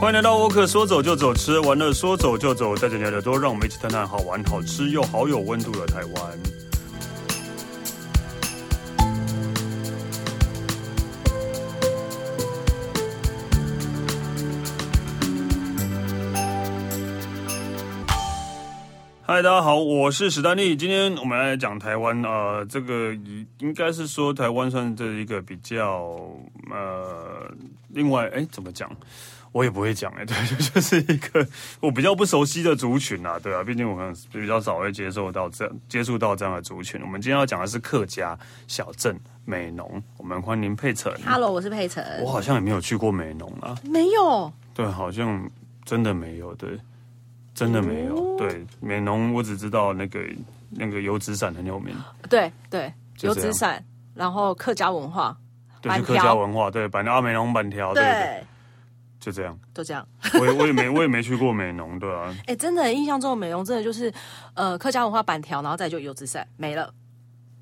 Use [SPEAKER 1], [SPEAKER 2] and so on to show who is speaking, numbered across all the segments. [SPEAKER 1] 欢迎来到沃克，说走就走，吃完了说走就走，带着你的耳朵，让我们一起探探好玩、好吃又好有温度的台湾。嗨，大家好，我是史丹利。今天我们来讲台湾，呃，这个以应该是说台湾算是一个比较呃，另外，哎，怎么讲？ 我也不会讲哎、对，就就是一个我比较不熟悉的族群啊，对啊，毕竟我可能比较少会接受到这接触到这样的族群。我们今天要讲的是客家小镇美浓，我们欢迎佩岑。
[SPEAKER 2] Hello，我是佩岑。
[SPEAKER 1] 我好像也没有去过美浓啊，
[SPEAKER 2] 没有，
[SPEAKER 1] 对，好像真的没有，对，真的没有，
[SPEAKER 2] 哦
[SPEAKER 1] 对，美浓我只知道那个那个油纸伞很有名，
[SPEAKER 2] 对对，
[SPEAKER 1] 就
[SPEAKER 2] 油
[SPEAKER 1] 这样
[SPEAKER 2] 纸伞，然后客家文化，
[SPEAKER 1] 对，就
[SPEAKER 2] 板
[SPEAKER 1] 客
[SPEAKER 2] 条
[SPEAKER 1] 家文化，对，板阿啊美浓板哦条，对，对
[SPEAKER 2] 对，
[SPEAKER 1] 就这样。
[SPEAKER 2] 就这样。
[SPEAKER 1] 我也我也没 我也没去过美浓，对啊，
[SPEAKER 2] 哎，真的，印象中的美容真的就是，呃，客家文化板条，然后再就油纸伞，没了。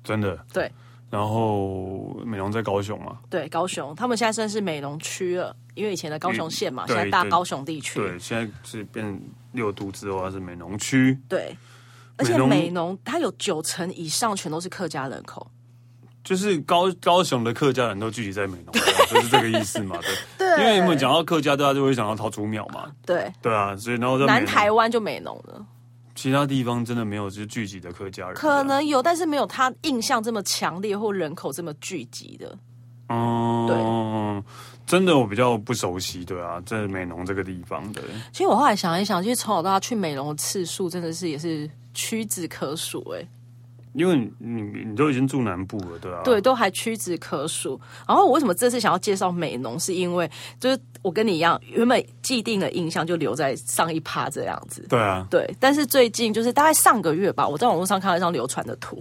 [SPEAKER 1] 真的。
[SPEAKER 2] 对
[SPEAKER 1] 然后美浓在高雄嘛，
[SPEAKER 2] 对，高雄，他们现在算是美容区了，因为以前的高雄县嘛，
[SPEAKER 1] 嗯
[SPEAKER 2] 现在
[SPEAKER 1] 对
[SPEAKER 2] 大
[SPEAKER 1] 对
[SPEAKER 2] 高雄地区。
[SPEAKER 1] 对，现在是变六都之后它是美浓区，
[SPEAKER 2] 对而且
[SPEAKER 1] 美浓
[SPEAKER 2] 美容它有九成以上全都是客家人口。
[SPEAKER 1] 就是高高雄的客家人都聚集在美浓，对啊 就是这个意思嘛，对。
[SPEAKER 2] 对
[SPEAKER 1] 因为我们讲到客家，大家就会想到桃竹苗嘛，
[SPEAKER 2] 对，
[SPEAKER 1] 对啊，所以然后在美
[SPEAKER 2] 南
[SPEAKER 1] 浓
[SPEAKER 2] 台湾就美容了，
[SPEAKER 1] 其他地方真的没有就是聚集的客家人，
[SPEAKER 2] 可能有，但是没有他印象这么强烈或人口这么聚集的。
[SPEAKER 1] 嗯，真的我比较不熟悉，对啊，在美浓这个地方的，
[SPEAKER 2] 其实我后来想一想，其实从小到大去美容的次数真的是也是屈指可数哎、
[SPEAKER 1] 因为你你你都已经住南部了，对啊，
[SPEAKER 2] 对，，都还屈指可数。然后我为什么这次想要介绍美容，是因为就是我跟你一样，原本既定的印象就留在上一趴这样子。
[SPEAKER 1] 对啊，
[SPEAKER 2] 对，但是最近就是大概上个月吧，我在网络上看到一张流传的图，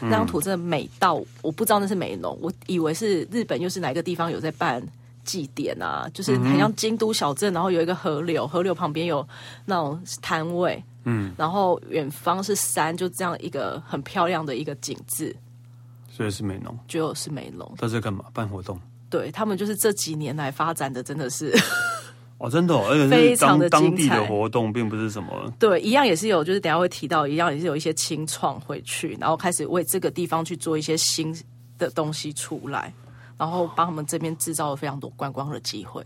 [SPEAKER 2] 那张图真的美到我不知道那是美容，我以为是日本又是哪一个地方有在办祭典啊，就是很像京都小镇，然后有一个河流，河流旁边有那种摊位，嗯，然后远方是山，就这样一个很漂亮的一个景致，
[SPEAKER 1] 所以是美浓，
[SPEAKER 2] 就是美容。
[SPEAKER 1] 他在干嘛？办活动。
[SPEAKER 2] 对他们就是这几年来发展的真的是
[SPEAKER 1] 哦，真的、哦，而且是
[SPEAKER 2] 非常
[SPEAKER 1] 当
[SPEAKER 2] 地
[SPEAKER 1] 当地
[SPEAKER 2] 精彩
[SPEAKER 1] 的活动，并不是什么
[SPEAKER 2] 对，一样也是有，就是等一下会提到，一样也是有一些清创回去，然后开始为这个地方去做一些新的东西出来，然后帮他们这边制造了非常多观光的机会，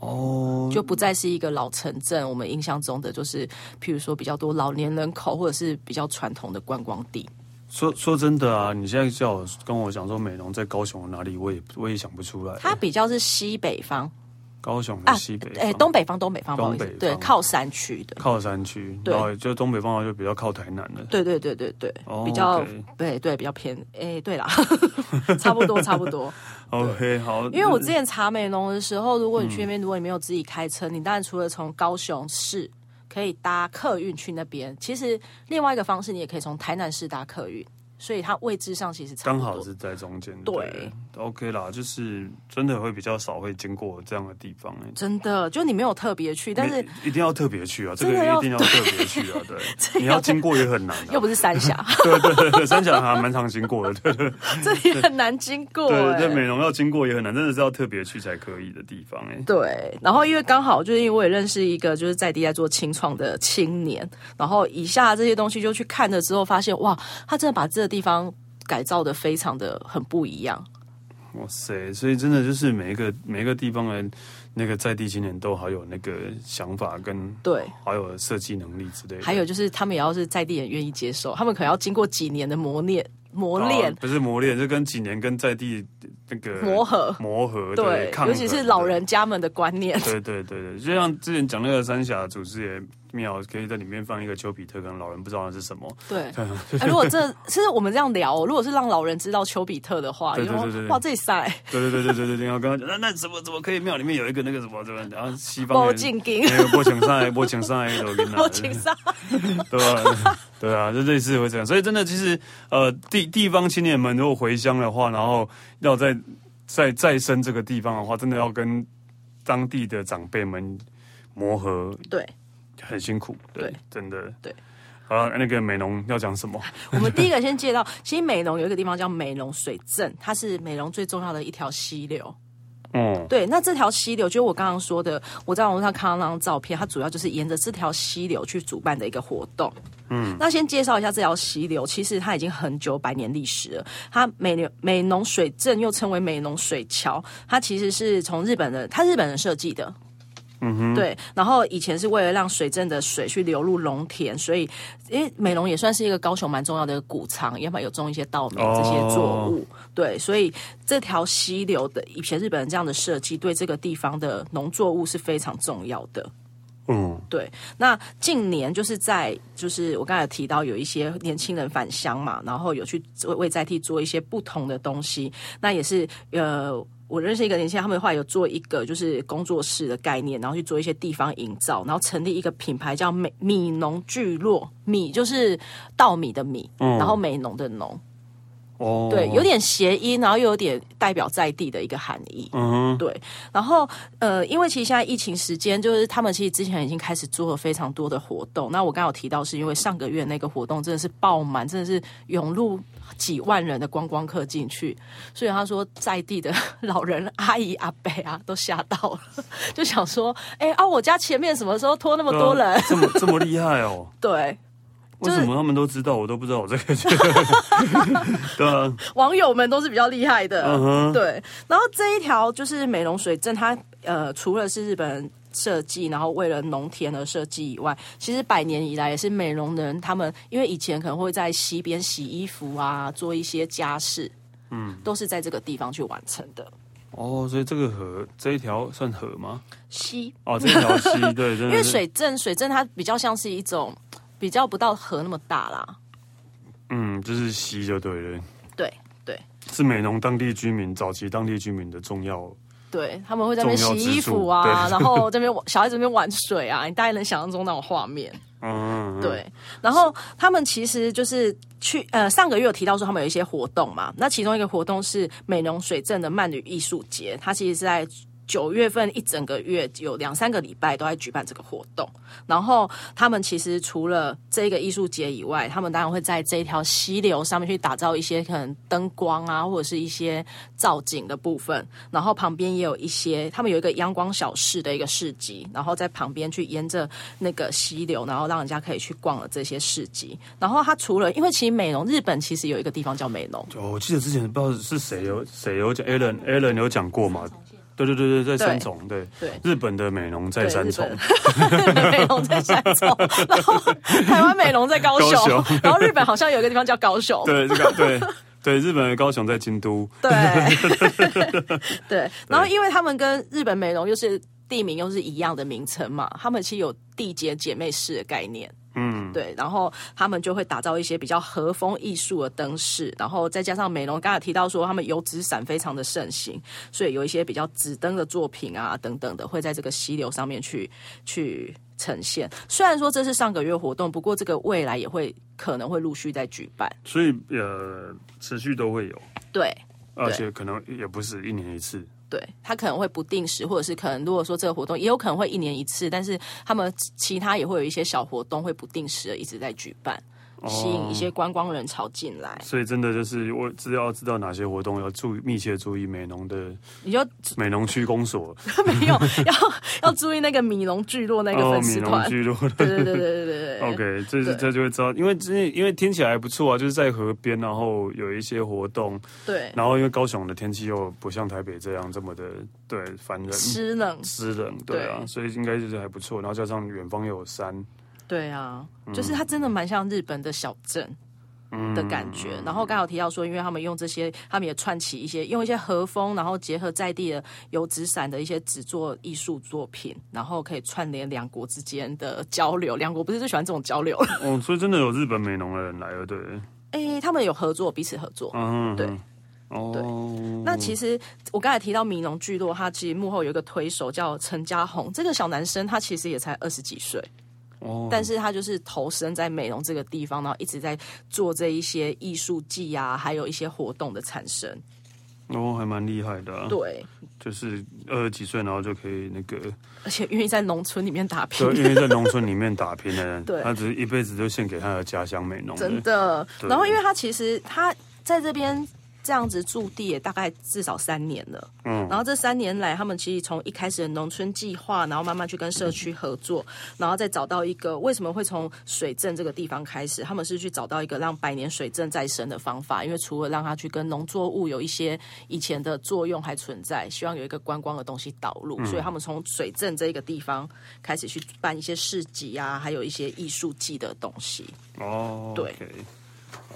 [SPEAKER 1] 哦，
[SPEAKER 2] 就不再是一个老城镇，我们印象中的就是，譬如说比较多老年人口或者是比较传统的观光地。
[SPEAKER 1] 说说真的啊，你现在叫我跟我讲说美容在高雄哪里，我也我也想不出来。
[SPEAKER 2] 它比较是西北方
[SPEAKER 1] 高雄的西北，
[SPEAKER 2] 哎，东北方，东北方，不好意思
[SPEAKER 1] 东北，方
[SPEAKER 2] 对，靠山区的。
[SPEAKER 1] 靠山区，
[SPEAKER 2] 对
[SPEAKER 1] 然后就东北方就比较靠台南了。
[SPEAKER 2] 对对对对对，
[SPEAKER 1] 哦
[SPEAKER 2] 比较
[SPEAKER 1] OK
[SPEAKER 2] 对对比较偏，哎，对啦， 差不多差不多。
[SPEAKER 1] OK，好，因
[SPEAKER 2] 因为我之前查美浓的时候，如果你
[SPEAKER 1] 嗯
[SPEAKER 2] 去那边，如果你没有自己开车，你当然除了从高雄市可以搭客运去那边，其实另外一个方式，你也可以从台南市搭客运，所以它位置上其实差
[SPEAKER 1] 刚
[SPEAKER 2] 不
[SPEAKER 1] 好
[SPEAKER 2] 多。
[SPEAKER 1] 是在中间，
[SPEAKER 2] 对
[SPEAKER 1] o k 啦，就是真的会比较少会经过这样的地方、哎，
[SPEAKER 2] 真的，就你没有特别去，但是
[SPEAKER 1] 没一定要特别去啊，这个
[SPEAKER 2] 真的要
[SPEAKER 1] 一定要特别去啊， 对，你要经过也很难、啊，
[SPEAKER 2] 又不是 三峡，
[SPEAKER 1] 对对对对，三峡还蛮常经过的，对对
[SPEAKER 2] 这里很难经过、
[SPEAKER 1] 对，
[SPEAKER 2] 哎
[SPEAKER 1] 对美容要经过也很难，真的是要特别去才可以的地方、哎，
[SPEAKER 2] 对，然后因为刚好就是因为我也认识一个就是在地在做清创的青年，然后以下这些东西就去看了之后，发现哇，他真的把这个地方改造的非常的很不一样。
[SPEAKER 1] 哇塞！所以真的就是每一个每一个地方的那个在地青年都好有那个想法跟
[SPEAKER 2] 对，
[SPEAKER 1] 好有设计能力之类的，
[SPEAKER 2] 还有就是他们也要是在地人愿意接受，他们可能要经过几年的磨练、磨
[SPEAKER 1] 哦
[SPEAKER 2] 练、
[SPEAKER 1] 不是磨练，就跟几年跟在地那个
[SPEAKER 2] 磨合，
[SPEAKER 1] 磨合，
[SPEAKER 2] 对，
[SPEAKER 1] 抗
[SPEAKER 2] 尤
[SPEAKER 1] 衡
[SPEAKER 2] 其是老人家们的观念。
[SPEAKER 1] 对。对对对对，就像之前讲那个三峡祖师爷庙，可以在里面放一个丘比特，可能老人不知道那是什么。
[SPEAKER 2] 对，哎如果这其实我们这样聊哦、如果是让老人知道丘比特的话，
[SPEAKER 1] 对对
[SPEAKER 2] 你就
[SPEAKER 1] 对
[SPEAKER 2] 说
[SPEAKER 1] 对对
[SPEAKER 2] 哇，这塞
[SPEAKER 1] 对对对对对对对，然后刚刚讲那那怎么怎么可以庙里面有一个那个什么什么，然后西方
[SPEAKER 2] 包
[SPEAKER 1] 人
[SPEAKER 2] 进 京，
[SPEAKER 1] 那个波请上来，波请上来，我跟
[SPEAKER 2] 我请上。
[SPEAKER 1] 对吧？对啊， 就类似会这样。所以真的，其实呃，地地方青年们如果回乡的话，然后要再再再生这个地方的话，真的要跟当地的长辈们磨合，
[SPEAKER 2] 对，
[SPEAKER 1] 很辛苦。对，
[SPEAKER 2] 对
[SPEAKER 1] 真的
[SPEAKER 2] 对。
[SPEAKER 1] 好了，那个美容要讲什么？
[SPEAKER 2] 我们第一个先介绍，其实美浓有一个地方叫美浓水镇，它是美浓最重要的一条溪流。
[SPEAKER 1] 嗯，
[SPEAKER 2] 对，那这条溪流，就是我刚刚说的，我在网络上看到那张照片，它主要就是沿着这条溪流去主办的一个活动。嗯，那先介绍一下这条溪流，其实它已经很久百年历史了。它美浓美浓水镇又称为美浓水桥，它其实是从日本人，它日本人设计的。嗯哼，对，然后以前是为了让水镇的水去流入农田，所以因为美浓也算是一个高雄蛮重要的谷仓，要么有种一些稻米这些作物，对，所以这条溪流的以前日本人这样的设计，对这个地方的农作物是非常重要的。
[SPEAKER 1] 嗯，
[SPEAKER 2] 对，那近年就是在就是我刚才有提到有一些年轻人返乡嘛，然后有去为为在地做一些不同的东西，那也是呃。我认识一个年轻人，他们后来有做一个就是工作室的概念，然后去做一些地方营造，然后成立一个品牌叫美米农聚落，米就是稻米的米，然后美农的农，
[SPEAKER 1] 哦，
[SPEAKER 2] 对，有，点谐音，然后又有点代表在地的一个含义。
[SPEAKER 1] 嗯哼，
[SPEAKER 2] 对，然后呃，因为其实现在疫情时间，就是他们其实之前已经开始做了非常多的活动。那我刚刚有提到，是因为上个月那个活动真的是爆满，真的是涌入几万人的观光客进去，所以他说在地的 老人、阿姨、阿伯啊都吓到了， 就想说，哎、啊，我家前面什么时候拖那么多
[SPEAKER 1] 对啊
[SPEAKER 2] 人？
[SPEAKER 1] 这么这么厉害哦。
[SPEAKER 2] 对，
[SPEAKER 1] 为
[SPEAKER 2] 就是
[SPEAKER 1] 什么他们都知道，我都不知道我这个？ 对啊，
[SPEAKER 2] 网友们都是比较厉害的。
[SPEAKER 1] 嗯哼，
[SPEAKER 2] 对，然后这一条就是美浓水镇，它呃除了是日本人设计，然后为了农田而设计以外，其实百年以来也是美容人他们，因为以前可能会在溪边洗衣服啊，做一些家事，嗯，都是在这个地方去完成的。
[SPEAKER 1] 哦，所以这个河这一条算河吗？
[SPEAKER 2] 溪，
[SPEAKER 1] 哦，这条溪，对，真的是，
[SPEAKER 2] 因为水镇水镇它比较像是一种比较不到河那么大啦，
[SPEAKER 1] 嗯，就是溪就对了，
[SPEAKER 2] 对对
[SPEAKER 1] 是美浓当地居民早期当地居民的重要。
[SPEAKER 2] 对，他们会在那边
[SPEAKER 1] 重要
[SPEAKER 2] 洗
[SPEAKER 1] 之
[SPEAKER 2] 衣
[SPEAKER 1] 处
[SPEAKER 2] 服啊，
[SPEAKER 1] 对
[SPEAKER 2] 然后这边玩小孩子这边玩水啊，你大概能想象中那种画面。
[SPEAKER 1] 嗯，嗯，
[SPEAKER 2] 对，然后他们其实就是去呃上个月有提到说他们有一些活动嘛，那其中一个活动是美浓水镇的漫旅艺术节，它其实是在。九月份一整个月有两三个礼拜都在举办这个活动，然后他们其实除了这个艺术节以外，他们当然会在这一条溪流上面去打造一些可能灯光啊，或者是一些造景的部分，然后旁边也有一些，他们有一个阳光小市的一个市集，然后在旁边去沿着那个溪流，然后让人家可以去逛了这些市集。然后它除了，因为其实美容，日本其实有一个地方叫美容，
[SPEAKER 1] 哦，我记得之前不知道是谁有谁有讲，Alan Alan 有讲过嘛？对对对对，在三重，对
[SPEAKER 2] 对
[SPEAKER 1] 日本的美浓在
[SPEAKER 2] 对
[SPEAKER 1] 三重，
[SPEAKER 2] 日本美容在山中，然后 台湾美容在高雄，
[SPEAKER 1] 高雄
[SPEAKER 2] 然后日本好像有一个地方叫高 雄，
[SPEAKER 1] 对这个对对，日本的高雄在京都，
[SPEAKER 2] 对对。然后因为他们跟日本美容又是地名又是一样的名称嘛，他们其实有地姐姐妹市的概念。
[SPEAKER 1] 嗯，
[SPEAKER 2] 对，然后他们就会打造一些比较和风艺术的灯饰，然后再加上美容，刚才提到说他们油纸伞非常的盛行，所以有一些比较纸灯的作品啊等等的，会在这个溪流上面去去呈现。虽然说这是上个月活动，不过这个未来也会可能会陆续在举办。
[SPEAKER 1] 所以呃，持续都会有，
[SPEAKER 2] 对，
[SPEAKER 1] 而且可能也不是一年一次，
[SPEAKER 2] 对，它可能会不定时，或者是可能如果说这个活动也有可能会一年一次，但是他们其他也会有一些小活动会不定时的一直在举办，吸引一
[SPEAKER 1] 哦
[SPEAKER 2] 些观光人潮进来。
[SPEAKER 1] 所以真的就是我只要知道哪些活动要注意密切注意美浓的
[SPEAKER 2] 你就
[SPEAKER 1] 美浓区公所，
[SPEAKER 2] 没有，要要注意那个米龙聚落那个
[SPEAKER 1] 哦，
[SPEAKER 2] 粉
[SPEAKER 1] 米
[SPEAKER 2] 丝
[SPEAKER 1] 浓
[SPEAKER 2] 团。
[SPEAKER 1] 居落
[SPEAKER 2] 对对对对对对对
[SPEAKER 1] OK，这是
[SPEAKER 2] 对
[SPEAKER 1] 这就会知道，因为之前因为听起来不错啊，就是在河边，然后有一些活动，
[SPEAKER 2] 对，
[SPEAKER 1] 然后因为高雄的天气又不像台北这样这么的对烦人
[SPEAKER 2] 湿冷，
[SPEAKER 1] 湿冷，对啊，
[SPEAKER 2] 对
[SPEAKER 1] 所以应该就是还不错。然后加上远方又有山，
[SPEAKER 2] 对啊，就是它真的蛮像日本的小镇。的感觉，然后刚好提到说，因为他们用这些，他们也串起一些用一些和风，然后结合在地的油纸伞的一些纸做艺术作品，然后可以串联两国之间的交流。两国不是最喜欢这种交流 了，
[SPEAKER 1] 哦，所以真的有日本美浓的人来了，对，嗯
[SPEAKER 2] 哎，他们有合作，彼此合作。
[SPEAKER 1] 嗯，嗯
[SPEAKER 2] 对，
[SPEAKER 1] 哦，
[SPEAKER 2] 那其实我刚才提到米农聚落，他其实幕后有一个推手叫陈家宏，这个小男生他其实也才二十几岁，
[SPEAKER 1] 哦，
[SPEAKER 2] 但是他就是投身在美容这个地方，然后一直在做这一些艺术季啊，还有一些活动的产生。
[SPEAKER 1] 哦，还蛮厉害的、啊，
[SPEAKER 2] 对，
[SPEAKER 1] 就是二十几岁，然后就可以那个，
[SPEAKER 2] 而且愿意在农村里面打拼
[SPEAKER 1] 对，。因为在农村里面打拼的人，
[SPEAKER 2] 对
[SPEAKER 1] 他只是一辈子就献给他的家乡美浓，
[SPEAKER 2] 真的。
[SPEAKER 1] 对
[SPEAKER 2] 然后，因为他其实他在这边这样子驻地也大概至少三年了。嗯，然后这三年来，他们其实从一开始的农村计划，然后慢慢去跟社区合作，然后再找到一个为什么会从水镇这个地方开始，他们是去找到一个让百年水镇再生的方法，因为除了让它去跟农作物有一些以前的作用还存在，希望有一个观光的东西导
[SPEAKER 1] 嗯
[SPEAKER 2] 入，所以他们从水镇这一个地方开始去办一些市集啊，还有一些艺术季的东西。
[SPEAKER 1] 哦，
[SPEAKER 2] 对
[SPEAKER 1] OK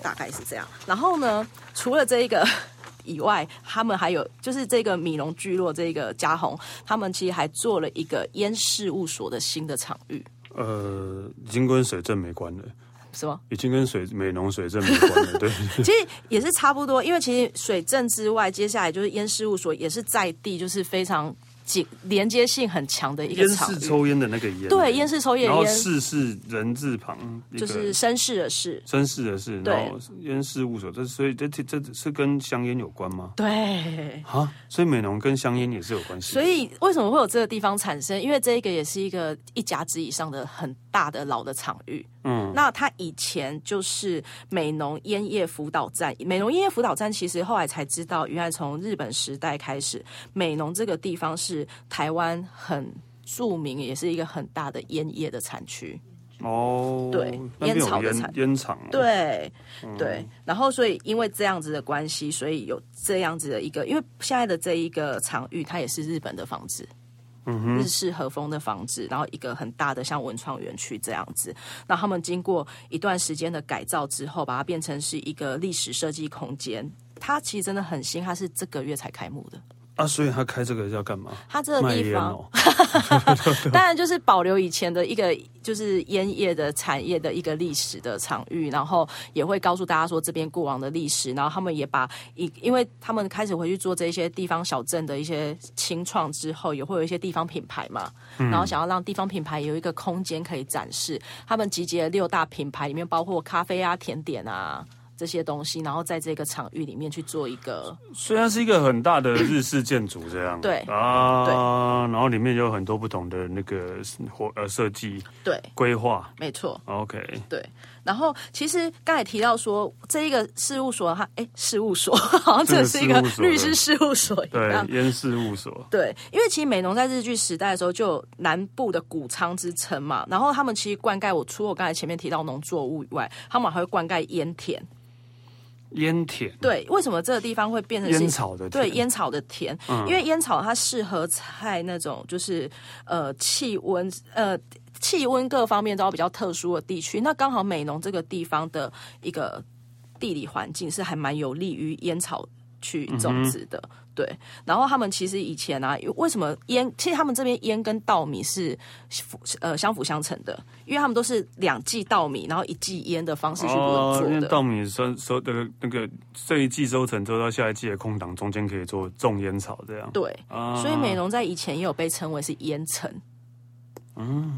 [SPEAKER 2] 大概是这样。然后呢，除了这一个 以外，他们还有就是这个米龙聚落这个嘉宏，他们其实还做了一个烟事务所的新的场域，
[SPEAKER 1] 呃，已经跟水镇没关了，
[SPEAKER 2] 是吗？
[SPEAKER 1] 已经跟水美浓水镇没关了，对，
[SPEAKER 2] 其实也是差不多，因为其实水镇之外，接下来就是烟事务所，也是在地就是非常紧连接性很强 的一个
[SPEAKER 1] 烟
[SPEAKER 2] 场
[SPEAKER 1] 是
[SPEAKER 2] 域。
[SPEAKER 1] 抽烟的那个烟，
[SPEAKER 2] 对，烟是抽烟
[SPEAKER 1] 然后
[SPEAKER 2] 烟，
[SPEAKER 1] 士是人字旁，一个
[SPEAKER 2] 就是绅士的士。
[SPEAKER 1] 绅士的士，
[SPEAKER 2] 对
[SPEAKER 1] 然后烟事务所，这所以这这这是跟香烟有关吗？
[SPEAKER 2] 对，
[SPEAKER 1] 啊，所以美浓跟香烟也是有关系的，
[SPEAKER 2] 所以为什么会有这个地方产生？因为这一个也是一个一甲子以上的很大的老的场域。嗯，那它以前就是美浓烟叶辅导站。美浓烟叶辅导站其实后来才知道，原来从日本时代开始，美浓这个地方是台湾很著名，也是一个很大的烟叶的产区。
[SPEAKER 1] 哦，
[SPEAKER 2] 对
[SPEAKER 1] 那边
[SPEAKER 2] 烟草
[SPEAKER 1] 有
[SPEAKER 2] 的
[SPEAKER 1] 烟
[SPEAKER 2] 产
[SPEAKER 1] 烟厂哦，
[SPEAKER 2] 对对，然后所以因为这样子的关系，所以有这样子的一个，因为现在的这一个场域，它也是日本的房子。
[SPEAKER 1] 嗯
[SPEAKER 2] 日式和风的房子，然后一个很大的像文创园区这样子。那他们经过一段时间的改造之后，把它变成是一个历史设计空间。它其实真的很新，它是这个月才开幕的。
[SPEAKER 1] 啊，所以他开这个要干嘛？
[SPEAKER 2] 它这个
[SPEAKER 1] 卖
[SPEAKER 2] 地
[SPEAKER 1] 烟
[SPEAKER 2] 方
[SPEAKER 1] 哦，
[SPEAKER 2] 当然就是保留以前的一个就是烟叶的产业的一个历史的场域，然后也会告诉大家说这边过往的历史，然后他们也把一，因为他们开始回去做这些地方小镇的一些清创之后，也会有一些地方品牌嘛，然后想要让地方品牌有一个空间可以展示，他们集结了六大品牌，里面包括咖啡啊、甜点啊。这些东西，然后在这个场域里面去做一个，
[SPEAKER 1] 虽然是一个很大的日式建筑这样，
[SPEAKER 2] 对
[SPEAKER 1] 啊，
[SPEAKER 2] 对
[SPEAKER 1] 然后里面有很多不同的那个活呃设计
[SPEAKER 2] 对，
[SPEAKER 1] 规划
[SPEAKER 2] 没错，
[SPEAKER 1] ，OK，
[SPEAKER 2] 对，然后其实刚才提到说，这一个事务所，它哎，事务所 好像这是一个
[SPEAKER 1] 这个事务所
[SPEAKER 2] 律师事务所一
[SPEAKER 1] 对
[SPEAKER 2] 样，。
[SPEAKER 1] 烟事务所，
[SPEAKER 2] 对，因为其实美浓在日据时代的时候，就有南部的谷仓之称嘛，然后他们其实灌溉我，除了我刚才前面提到农作物以外，他们还会灌溉烟田。
[SPEAKER 1] 烟田，
[SPEAKER 2] 对，为什么这个地方会变成是
[SPEAKER 1] 烟草的田
[SPEAKER 2] 对烟草的田，
[SPEAKER 1] 嗯
[SPEAKER 2] 因为烟草它适合在那种就是呃气温呃气温各方面都要比较特殊的地区。那刚好美浓这个地方的一个地理环境是还蛮有利于烟草去种植
[SPEAKER 1] 嗯
[SPEAKER 2] 的。对，然后他们其实以前啊，为什么烟？其实他们这边烟跟稻米是呃相辅相成的，因为他们都是两季稻米，然后一季烟的方式去做
[SPEAKER 1] 哦因
[SPEAKER 2] 的。
[SPEAKER 1] 为稻米收收的那个这一季收成之后到下一季的空档中间可以做种烟草这样，
[SPEAKER 2] 对，
[SPEAKER 1] 啊
[SPEAKER 2] 所以美容在以前也有被称为是烟城，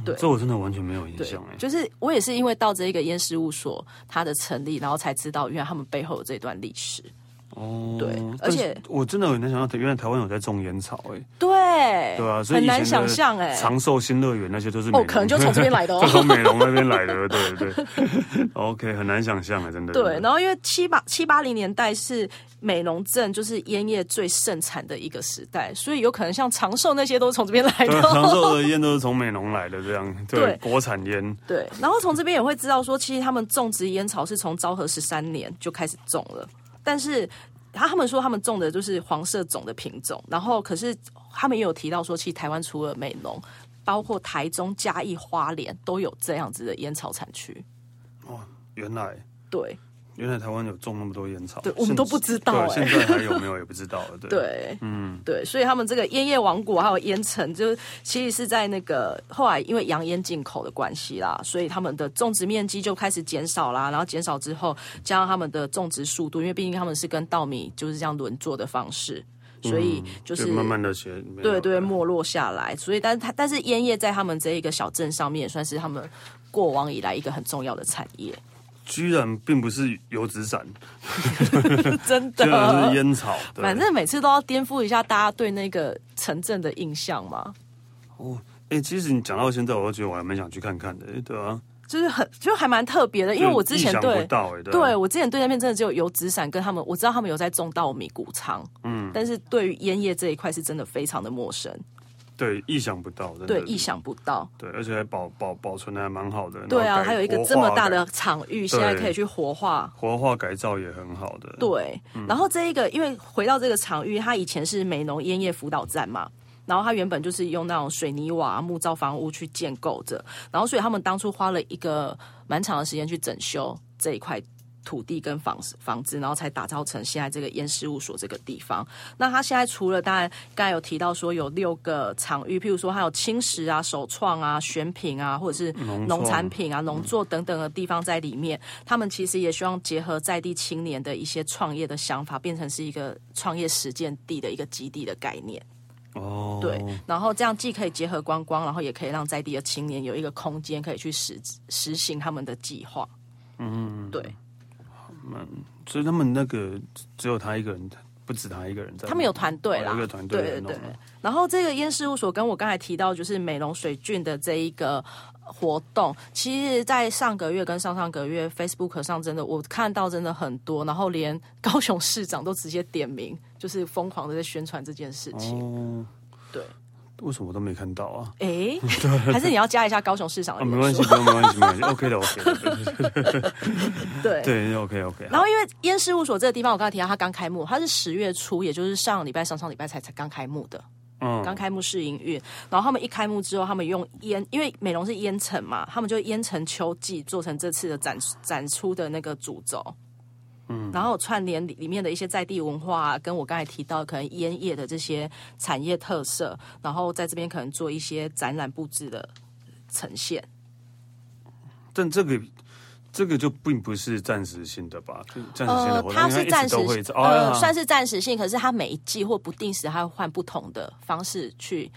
[SPEAKER 2] 对
[SPEAKER 1] 嗯这我真的完全没有印
[SPEAKER 2] 对
[SPEAKER 1] 象哎，，
[SPEAKER 2] 就是我也是因为到这一个烟事务所它的成立，然后才知道原来他们背后有这段历史。
[SPEAKER 1] 哦，
[SPEAKER 2] 对
[SPEAKER 1] 但是
[SPEAKER 2] 而且
[SPEAKER 1] 我真的很难想到，原来台湾有在种烟草哎，
[SPEAKER 2] 对，
[SPEAKER 1] 对啊，所以以前
[SPEAKER 2] 欸很难
[SPEAKER 1] 的
[SPEAKER 2] 想象哎、
[SPEAKER 1] 长寿新乐园那些都是美
[SPEAKER 2] 哦
[SPEAKER 1] 浓，
[SPEAKER 2] 可能就从这边来的
[SPEAKER 1] 就从
[SPEAKER 2] 哦。
[SPEAKER 1] 美容那边来的，对对对。OK，很难想象啊，真的。
[SPEAKER 2] 对，然后因为七八七八零年代是美容镇就是烟叶最盛产的一个时代，所以有可能像长寿那些都是从这边来的
[SPEAKER 1] 对，啊
[SPEAKER 2] 哦、
[SPEAKER 1] 长寿的烟都是从美容来的，这 样对
[SPEAKER 2] 对
[SPEAKER 1] 国产烟
[SPEAKER 2] 对，然后从这边也会知道说，其实他们种植烟草是从昭和十三年就开始种了，但是他他们说他们种的就是黄色种的品种，然后可是他们也有提到说，其实台湾除了美浓，包括台中、嘉义、花莲都有这样子的烟草产区。
[SPEAKER 1] 原来。
[SPEAKER 2] 对
[SPEAKER 1] 原来台湾有种那么多烟草，
[SPEAKER 2] 对我们都不知道
[SPEAKER 1] 对
[SPEAKER 2] 哎
[SPEAKER 1] 现在还有没有也不知道了。对，
[SPEAKER 2] 对，嗯，对，所以他们这个烟叶王国还有烟城，就是其实是在那个后来因为洋烟进口的关系啦，所以他们的种植面积就开始减少啦，然后减少之后，加上他们的种植速度，因为毕竟他们是跟稻米就是这样轮作的方式，所以就是、
[SPEAKER 1] 嗯就慢慢的学。没有
[SPEAKER 2] 对对，没落下来。所以，但是它但是烟叶在他们这一个小镇上面，也算是他们过往以来一个很重要的产业，
[SPEAKER 1] 居然并不是油纸伞，
[SPEAKER 2] 真
[SPEAKER 1] 居然是
[SPEAKER 2] 的。
[SPEAKER 1] 烟草。对
[SPEAKER 2] 反正每次都要颠覆一下大家对那个城镇的印象嘛。
[SPEAKER 1] 哦，哎、其实你讲到现在，我都觉得我还蛮想去看看的、哎对啊，
[SPEAKER 2] 就是很就还蛮特别的，因为我之前
[SPEAKER 1] 意想
[SPEAKER 2] 对
[SPEAKER 1] 不到哎、欸，对
[SPEAKER 2] 对我之前对那边真的只有油纸伞跟他们，我知道他们有在种稻米谷仓，嗯，但是对于烟叶这一块是真的非常的陌生，
[SPEAKER 1] 对意想不到，真的
[SPEAKER 2] 对，意想不到。
[SPEAKER 1] 对，而且还保保保存的还蛮好的。
[SPEAKER 2] 对
[SPEAKER 1] 然后
[SPEAKER 2] 啊，
[SPEAKER 1] 改
[SPEAKER 2] 还有一个
[SPEAKER 1] 活
[SPEAKER 2] 这么
[SPEAKER 1] 化
[SPEAKER 2] 大
[SPEAKER 1] 改
[SPEAKER 2] 的场域，现在可以去活化。
[SPEAKER 1] 活化改造也很好的。
[SPEAKER 2] 对，
[SPEAKER 1] 嗯
[SPEAKER 2] 然后这一个，因为回到这个场域，它以前是美浓烟叶辅导站嘛，然后它原本就是用那种水泥瓦、木造房屋去建构着，然后所以他们当初花了一个蛮长的时间去整修这一块土地跟房子房子，然后才打造成现在这个烟事务所这个地方。那它现在除了当然刚才有提到说有六个场域，譬如说还有青石啊、手创啊、选品啊，或者是
[SPEAKER 1] 农
[SPEAKER 2] 农产
[SPEAKER 1] 创
[SPEAKER 2] 品啊、农作等等的地方在里面，他们其实也希望结合在地青年的一些创业的想法，变成是一个创业实践地的一个基地的概念。
[SPEAKER 1] 哦，
[SPEAKER 2] 对，然后这样既可以结合观光，然后也可以让在地的青年有一个空间可以去实实行他们的计划。嗯，对
[SPEAKER 1] 所以他们那个只有他一个人，不止他一个人在弄。
[SPEAKER 2] 他们有团队啦，
[SPEAKER 1] 哦有一个团队
[SPEAKER 2] 对
[SPEAKER 1] 在
[SPEAKER 2] 对
[SPEAKER 1] 弄
[SPEAKER 2] 对
[SPEAKER 1] 啊。
[SPEAKER 2] 然后这个烟事务所跟我刚才提到就是美容水郡的这一个。活动其实，在上个月跟上上个月，Facebook 上真的我看到真的很多，然后连高雄市长都直接点名，就是疯狂的在宣传这件事情。
[SPEAKER 1] 哦，
[SPEAKER 2] 对，
[SPEAKER 1] 为什么我都没看到啊？
[SPEAKER 2] 哎、还是你要加一下高雄市长
[SPEAKER 1] 啊，
[SPEAKER 2] 的
[SPEAKER 1] 没
[SPEAKER 2] 元
[SPEAKER 1] 关
[SPEAKER 2] 素
[SPEAKER 1] 系，不用，没关系，没关系，OK 的，OK 的，
[SPEAKER 2] 对
[SPEAKER 1] 对，OK OK。
[SPEAKER 2] 然后因为烟事务所这个地方，我刚才提到它刚开幕，它是十月初，也就是上个礼拜、上上礼拜才才刚开幕的，
[SPEAKER 1] 嗯
[SPEAKER 2] 刚开幕试营运。然后他们一开幕之后，他们用烟，因为美容是烟尘嘛，他们就烟尘秋季做成这次的展展出的那个主轴。嗯，然后串联里里面的一些在地文化、啊，跟我刚才提到可能烟叶的这些产业特色，然后在这边可能做一些展览布置的呈现。
[SPEAKER 1] 但这个这个就并不是暂时性的吧？就暂时性的活动，
[SPEAKER 2] 哦呃它
[SPEAKER 1] 因为
[SPEAKER 2] 是
[SPEAKER 1] 一直
[SPEAKER 2] 暂时
[SPEAKER 1] 都会
[SPEAKER 2] 性，
[SPEAKER 1] 在
[SPEAKER 2] 呃，
[SPEAKER 1] 啊
[SPEAKER 2] 算是暂时性，可是它每一季或不定时，它会换不同的方式去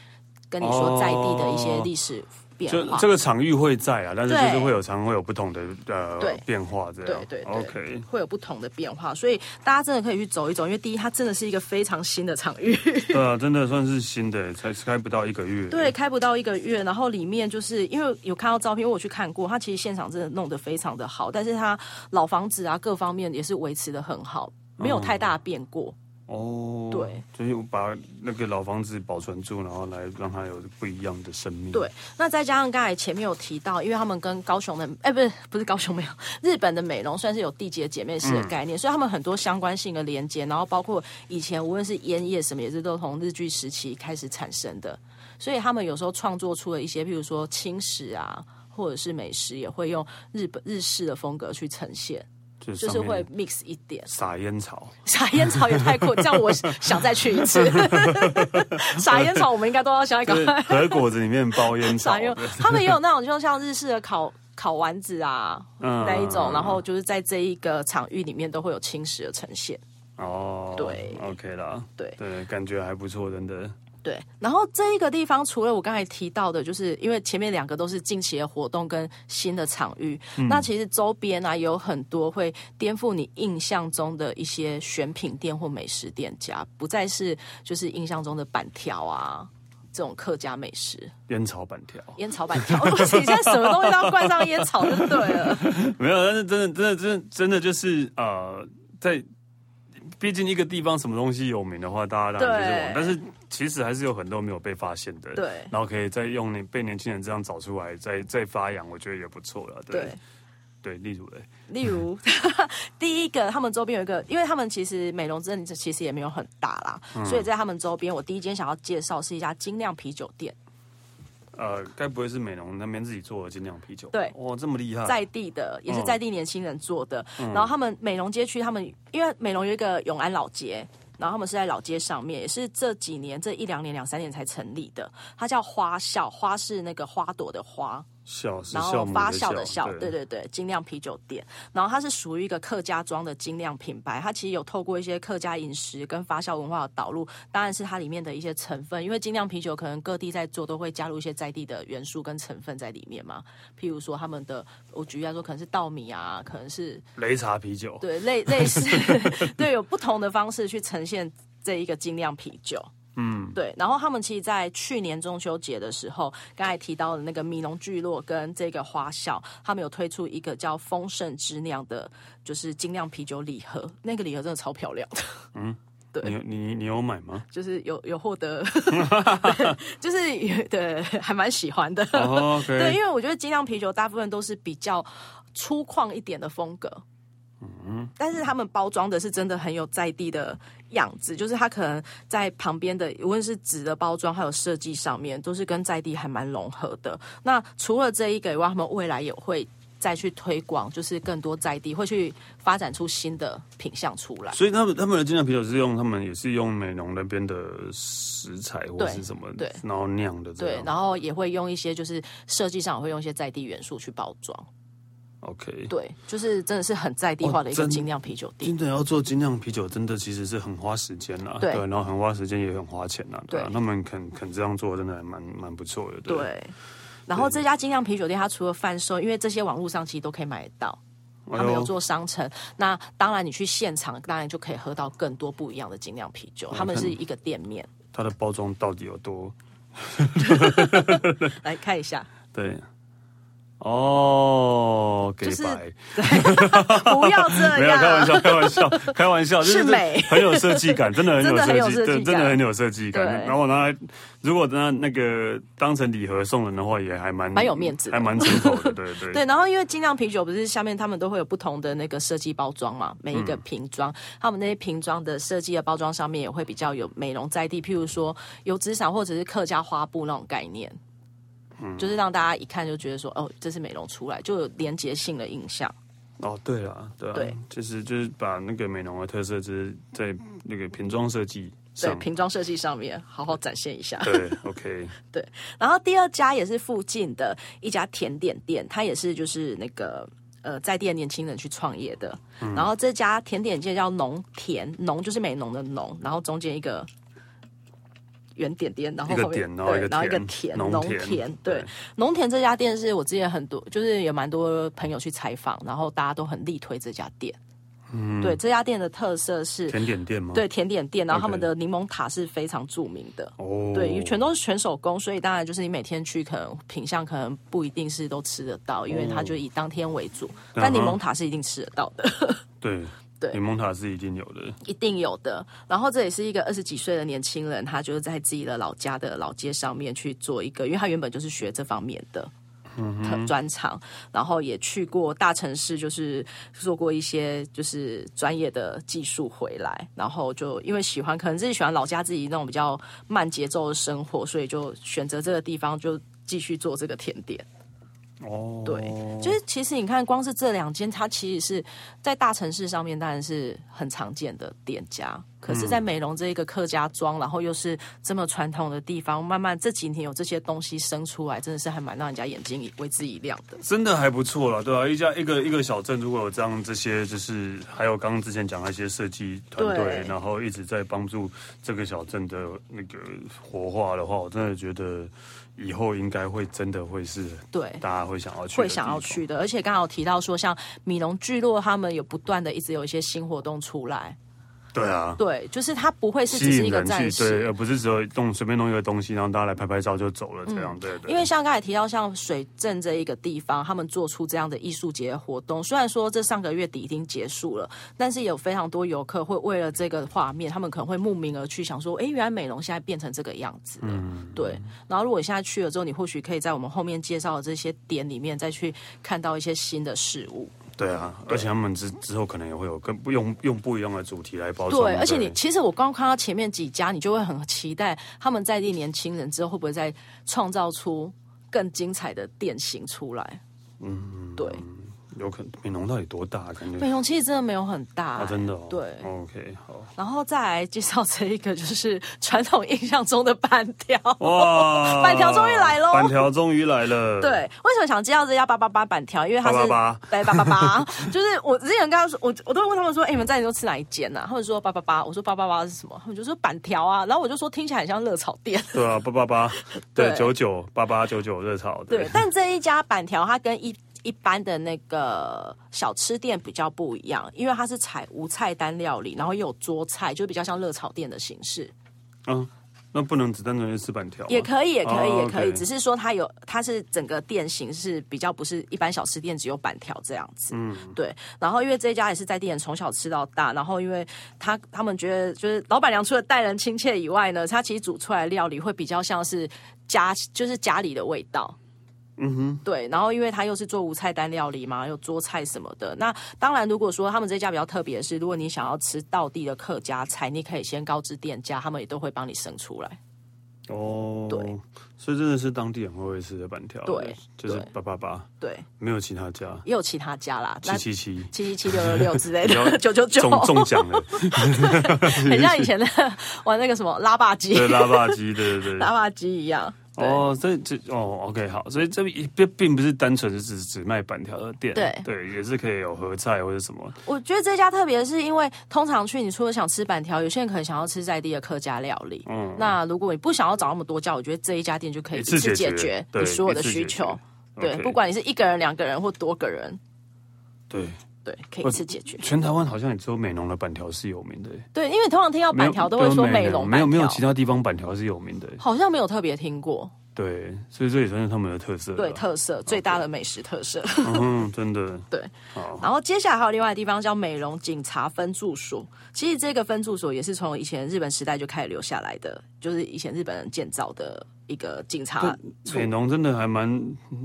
[SPEAKER 2] 跟你说在地的一些历史变
[SPEAKER 1] 哦就
[SPEAKER 2] 化。
[SPEAKER 1] 这个场域会在啊，但是
[SPEAKER 2] 对
[SPEAKER 1] 就是会有常会有不同的呃
[SPEAKER 2] 对
[SPEAKER 1] 变化这样。
[SPEAKER 2] 对对对
[SPEAKER 1] 哦 OK，
[SPEAKER 2] 会有不同的变化，所以大家真的可以去走一走，因为第一，它真的是一个非常新的场域，
[SPEAKER 1] 对啊，真的算是新的，才开不到一个月。
[SPEAKER 2] 对，，开不到一个月，然后里面就是因为有看到照片，因为我去看过，它其实现场真的弄得非常的好，但是它老房子啊各方面也是维持的很好，没有太大变过。
[SPEAKER 1] 哦，
[SPEAKER 2] 对，
[SPEAKER 1] 就是把那个老房子保存住，然后来让它有不一样的生命。
[SPEAKER 2] 对，那再加上刚才前面有提到，因为他们跟高雄的，哎、不是不是高雄没有， 日本的美容算是有地级的姐妹市的概念，
[SPEAKER 1] 嗯
[SPEAKER 2] 所以他们很多相关性的连接，然后包括以前无论是烟叶什么，也是都从日剧时期开始产生的，所以他们有时候创作出了一些，譬如说轻食啊，或者是美食，也会用日本日式的风格去呈现，
[SPEAKER 1] 就是
[SPEAKER 2] 就是
[SPEAKER 1] 上面
[SPEAKER 2] 会 mix 一点。
[SPEAKER 1] 撒烟草。
[SPEAKER 2] 撒烟草也太酷，这样我想再去一 次。撒烟草我们应该都要想一个
[SPEAKER 1] 就。是和果子里面包烟 草
[SPEAKER 2] 啥，用？他们也有那种，就像日式的烤 烤丸子啊、
[SPEAKER 1] 嗯
[SPEAKER 2] 那一种，然后就是在这一个场域里面都会有轻食的呈现。
[SPEAKER 1] 哦，
[SPEAKER 2] 对
[SPEAKER 1] ，OK 啦，
[SPEAKER 2] 对
[SPEAKER 1] 对，感觉还不错，真的。
[SPEAKER 2] 对，然后这一个地方除了我刚才提到的，就是因为前面两个都是近期的活动跟新的场域，那其实周边啊有很多会颠覆你印象中的一些选品店或美食店家，不再是就是印象中的板条啊这种客家美食，
[SPEAKER 1] 烟草板条
[SPEAKER 2] 烟草板条， 不是你现在什么东西都要冠上烟草就对了。
[SPEAKER 1] 没有，但是真的，真的，真的真的就是呃，在毕竟一个地方什么东西有名的话，大家当然就是往，
[SPEAKER 2] 对
[SPEAKER 1] 但是其实还是有很多没有被发现的，
[SPEAKER 2] 对
[SPEAKER 1] 然后可以再用你被年轻人这样找出来，再再发扬，我觉得也不错了，对
[SPEAKER 2] 对。
[SPEAKER 1] 对，例如嘞，
[SPEAKER 2] 例如， 第一个，他们周边有一个，因为他们其实美容镇其实也没有很大啦，所以在他们周边，我第一间想要介绍是一家精酿啤酒店，
[SPEAKER 1] 呃，该不会是美容那边自己做的精酿啤酒？
[SPEAKER 2] 对
[SPEAKER 1] 哇，这么厉害，
[SPEAKER 2] 在地的，也是在地年轻人做的。然后他们美容街区，他们因为美容有一个永安老街。然后他们是在老街上面，也是这几年这一两年两三年才成立的。它叫花笑，花是那个花朵的花，
[SPEAKER 1] 笑是
[SPEAKER 2] 然
[SPEAKER 1] 酵
[SPEAKER 2] 后
[SPEAKER 1] 母
[SPEAKER 2] 发
[SPEAKER 1] 酵
[SPEAKER 2] 酵的酵，对对对，精酿啤酒店。然后它是属于一个客家庄的精酿品牌，它其实有透过一些客家饮食跟发酵文化的导入，当然是它里面的一些成分，因为精酿啤酒可能各地在做都会加入一些在地的元素跟成分在里面嘛。譬如说他们的，我举例来说，可能是稻米啊，可能是
[SPEAKER 1] 擂茶啤酒，
[SPEAKER 2] 对类类似，对有不同的方式去呈现这一个精酿啤酒。
[SPEAKER 1] 嗯，
[SPEAKER 2] 对，然后他们其实，在去年中秋节的时候，刚才提到的那个迷龙聚落跟这个花笑，他们有推出一个叫“丰盛之酿”的，就是精酿啤酒礼盒，那个礼盒真的超漂亮的，
[SPEAKER 1] 你有你你有买 吗？
[SPEAKER 2] 就是有有获得， 对就是有对，还蛮喜欢的。
[SPEAKER 1] 哦
[SPEAKER 2] 对，因
[SPEAKER 1] ，OK，
[SPEAKER 2] 为我觉得精酿啤酒大部分都是比较粗犷一点的风格。嗯，但是他们包装的是真的很有在地的样子，就是它可能在旁边的，无论是纸的包装还有设计上面，都是跟在地还蛮融合的。那除了这一个以外，他们未来也会再去推广，就是更多在地，会去发展出新的品相出来。
[SPEAKER 1] 所以他们他们的精酿啤酒是用他们也是用美浓那边的食材或
[SPEAKER 2] 对
[SPEAKER 1] 是什么，
[SPEAKER 2] 对
[SPEAKER 1] 然后酿的这
[SPEAKER 2] 对
[SPEAKER 1] 样，。
[SPEAKER 2] 然后也会用一些就是设计上也会用一些在地元素去包装，
[SPEAKER 1] OK，
[SPEAKER 2] 对，就是真的是很在地
[SPEAKER 1] 哦
[SPEAKER 2] 化的一个
[SPEAKER 1] 真
[SPEAKER 2] 精酿啤酒店。
[SPEAKER 1] 真的要做精酿啤酒，真的其实是很花时间啦，
[SPEAKER 2] 对
[SPEAKER 1] 然后很花时间也很花钱啦，对啊
[SPEAKER 2] 对
[SPEAKER 1] 他们肯肯这样做，真的还蛮蛮不错的，对哎
[SPEAKER 2] 对。然后这家精酿啤酒店，它除了贩售，因为这些网络上其实都可以买得到，
[SPEAKER 1] 哎
[SPEAKER 2] 他们有
[SPEAKER 1] 呦
[SPEAKER 2] 做商城。那当然，你去现场，当然就可以喝到更多不一样的精酿啤
[SPEAKER 1] 哎
[SPEAKER 2] 酒。他们是一个店面，
[SPEAKER 1] 它的包装到底有多？
[SPEAKER 2] 来看一下，
[SPEAKER 1] 对，哦，给
[SPEAKER 2] 就是
[SPEAKER 1] 白，
[SPEAKER 2] 不要 这
[SPEAKER 1] 没有开玩
[SPEAKER 2] 样。
[SPEAKER 1] 笑，开玩笑，开玩笑，就是
[SPEAKER 2] 哎是美
[SPEAKER 1] 很有设计感，真的很有
[SPEAKER 2] 真的很有
[SPEAKER 1] 设计，
[SPEAKER 2] 设
[SPEAKER 1] 对，
[SPEAKER 2] 计感
[SPEAKER 1] 真的很有设计感。
[SPEAKER 2] 对
[SPEAKER 1] 然后拿来，如果拿那个当成礼盒送人的话，也还蛮
[SPEAKER 2] 蛮有面子的
[SPEAKER 1] 还蛮出口的，对对
[SPEAKER 2] 对，然后因为精酿啤酒不是下面他们都会有不同的那个设计包装嘛，每一个瓶装，他们那些瓶装的设计的包装上面也会比较有美容在地，譬如说油纸伞或者是客家花布那种概念，就是让大家一看就觉得说哦，这是美容出来，就有连结性的印象。
[SPEAKER 1] 哦，对了，对啊
[SPEAKER 2] 对，
[SPEAKER 1] 就是就是把那个美容的特色，就是在那个瓶装设计
[SPEAKER 2] 对
[SPEAKER 1] 上，
[SPEAKER 2] 瓶装设计上面好好展现一下。
[SPEAKER 1] 对，OK，
[SPEAKER 2] 对，然后第二家也是附近的一家甜点店，它也是就是那个呃在地的年轻人去创业的。
[SPEAKER 1] 嗯
[SPEAKER 2] 然后这家甜点店叫农田，农就是美浓的农，然后中间一个。圆点点，然后
[SPEAKER 1] 一个
[SPEAKER 2] 后面
[SPEAKER 1] 点然后一
[SPEAKER 2] 对
[SPEAKER 1] 个
[SPEAKER 2] 然后一个
[SPEAKER 1] 田
[SPEAKER 2] 田，
[SPEAKER 1] 农
[SPEAKER 2] 农
[SPEAKER 1] 田
[SPEAKER 2] 田，
[SPEAKER 1] 对
[SPEAKER 2] 对，农田这家店是我之前很多，就是有蛮多朋友去采访，然后大家都很力推这家店。嗯，对，这家店的特色是
[SPEAKER 1] 甜点店吗？
[SPEAKER 2] 对，甜点店，然后他们
[SPEAKER 1] OK
[SPEAKER 2] 的柠檬塔是非常著名的。
[SPEAKER 1] 哦，
[SPEAKER 2] 对，因为全都是全手工，所以当然就是你每天去，可能品相可能不一定是都吃得到，因为它就以当天为主。但柠檬塔是一定吃得到的，
[SPEAKER 1] 对
[SPEAKER 2] 对
[SPEAKER 1] 柠檬塔是一定有的，
[SPEAKER 2] 一定有的。然后这也是一个二十几岁的年轻人，他就是在自己的老家的老街上面去做一个，因为他原本就是学这方面的。特专长，然后也去过大城市，就是做过一些就是专业的技术回来，然后就因为喜欢，可能自己喜欢老家自己那种比较慢节奏的生活，所以就选择这个地方就继续做这个甜点。
[SPEAKER 1] 哦，
[SPEAKER 2] 对，就是其实你看，光是这两间，它其实是在大城市上面当然是很常见的店家，可
[SPEAKER 1] 嗯
[SPEAKER 2] 是，在美容这一个客家庄，然后又是这么传统的地方，慢慢这几年有这些东西生出来，真的是还蛮让人家眼睛一为之一亮的。
[SPEAKER 1] 真的还不错了，对啊，一家一个一个小镇，如果有这样这些，就是还有刚刚之前讲那些设计团队，
[SPEAKER 2] 对
[SPEAKER 1] 然后一直在帮助这个小镇的那个活化的话，我真的觉得以后应该会真的会是
[SPEAKER 2] 对。
[SPEAKER 1] 大家会想要去，
[SPEAKER 2] 会想要去。的，而且刚好提到说，像米龙聚落，他们有不断的一直有一些新活动出来，
[SPEAKER 1] 对啊，
[SPEAKER 2] 对，就是它不会是只
[SPEAKER 1] 吸
[SPEAKER 2] 是
[SPEAKER 1] 引
[SPEAKER 2] 一个
[SPEAKER 1] 人
[SPEAKER 2] 暂
[SPEAKER 1] 去，
[SPEAKER 2] 时
[SPEAKER 1] 对，，而不是只有弄随便弄一个东西，然后大家来拍拍照就走了这样，对对。
[SPEAKER 2] 嗯因为像刚才提到，像水镇这一个地方，他们做出这样的艺术节活动，虽然说这上个月底已经结束了，但是有非常多游客会为了这个画面，他们可能会慕名而去，想说，哎，原来美容现在变成这个样子了。对。然后如果你现在去了之后，你或许可以在我们后面介绍的这些点里面再去看到一些新的事物。
[SPEAKER 1] 对啊，而且他们之之后可能也会有更不用用不一样的主题来包装，
[SPEAKER 2] 对，而且你其实我刚看到前面几家，你就会很期待他们在地年轻人之后会不会再创造出更精彩的店型出来。嗯，对。
[SPEAKER 1] 有可能美容到底多大？感觉
[SPEAKER 2] 美容其实真的没有很大、
[SPEAKER 1] 啊，真的哦，
[SPEAKER 2] 哎对
[SPEAKER 1] ，OK，好。
[SPEAKER 2] 然后再来介绍这一个，就是传统印象中的板条。
[SPEAKER 1] 哇，
[SPEAKER 2] 板条终于来咯
[SPEAKER 1] 板条终于来了。
[SPEAKER 2] 对，，为什么想介绍这家八八八板条？因为它是
[SPEAKER 1] 888
[SPEAKER 2] 对八八八，就是我之前跟他说，我我都会问他们说，哎、你们在都吃哪一间呐、啊？他们说八八八，我说八八八是什么？他们就说板条啊，然后我就说听起来很像热炒店。
[SPEAKER 1] 对啊，八八八，对，
[SPEAKER 2] 对
[SPEAKER 1] 九九八八九九热炒，
[SPEAKER 2] 对，但这一家板条它跟一一般的那个小吃店比较不一样，因为它是采无菜单料理，然后又有桌菜，就比较像热炒店的形式。
[SPEAKER 1] 嗯，那不能只单纯是石板条啊，
[SPEAKER 2] 也可以，也可以，
[SPEAKER 1] 哦
[SPEAKER 2] 也可以，
[SPEAKER 1] OK
[SPEAKER 2] 只是说它有，它是整个店型是比较不是一般小吃店只有板条这样子。嗯，对。然后因为这一家也是在地人从小吃到大，然后因为他他们觉得就是老板娘除了待人亲切以外呢，她其实煮出来的料理会比较像是家就是家里的味道。
[SPEAKER 1] 嗯哼，
[SPEAKER 2] 对，然后因为他又是做无菜单料理嘛，有桌菜什么的。那当然，如果说他们这家比较特别的是，如果你想要吃道地的客家菜，你可以先告知店家，他们也都会帮你生出来。
[SPEAKER 1] 哦，
[SPEAKER 2] 对，
[SPEAKER 1] 所以真的是当地人会会吃的板条，
[SPEAKER 2] 对，
[SPEAKER 1] 就是
[SPEAKER 2] 对
[SPEAKER 1] 八八八，
[SPEAKER 2] 对，
[SPEAKER 1] 没有其他家，
[SPEAKER 2] 也有其他家啦，那
[SPEAKER 1] 七七七
[SPEAKER 2] 七七七六六 六之类
[SPEAKER 1] 比较
[SPEAKER 2] 的，九九九，
[SPEAKER 1] 中中奖 了，
[SPEAKER 2] 很像以前的玩那个什么拉霸机、
[SPEAKER 1] 对，拉霸鸡，对对对
[SPEAKER 2] 拉。霸机一样。对
[SPEAKER 1] 哦，这这哦，OK，好，所以这一并并不是单纯是只只卖板条的店，
[SPEAKER 2] 对
[SPEAKER 1] 对，也是可以有合菜或者什么，
[SPEAKER 2] 我觉得这家特别是因为通常去，你除了想吃板条，有些人可能想要吃在地的客家料理。
[SPEAKER 1] 嗯
[SPEAKER 2] 那如果你不想要找那么多家，我觉得这一家店就可以
[SPEAKER 1] 一
[SPEAKER 2] 一
[SPEAKER 1] 次解
[SPEAKER 2] 次解
[SPEAKER 1] 决
[SPEAKER 2] 决
[SPEAKER 1] 对
[SPEAKER 2] 你所有的
[SPEAKER 1] 一次
[SPEAKER 2] 需
[SPEAKER 1] 解
[SPEAKER 2] 求
[SPEAKER 1] 决。
[SPEAKER 2] 对
[SPEAKER 1] OK
[SPEAKER 2] 不管你是一个人、两个人或多个人，
[SPEAKER 1] 对，
[SPEAKER 2] 对，可以
[SPEAKER 1] 不
[SPEAKER 2] 一次解决。
[SPEAKER 1] 全台湾好像也只有美浓的板条是有名的，
[SPEAKER 2] 对，因为通常听到
[SPEAKER 1] 没有
[SPEAKER 2] 板条都会说美容
[SPEAKER 1] 没有
[SPEAKER 2] 板
[SPEAKER 1] 没有
[SPEAKER 2] 条，
[SPEAKER 1] 其他地方板条是有名的，
[SPEAKER 2] 好像没有特别听过。
[SPEAKER 1] 对，所以这也算是他们的特色，
[SPEAKER 2] 对，，特色最大的美食特色。
[SPEAKER 1] 嗯，真 的，
[SPEAKER 2] 对，
[SPEAKER 1] 好，
[SPEAKER 2] 然后接下来还有另外的地方叫美容警察分驻所，其实这个分驻所也是从以前日本时代就开始留下来的，就是以前日本人建造的一个警察处
[SPEAKER 1] 美，浓真的还蛮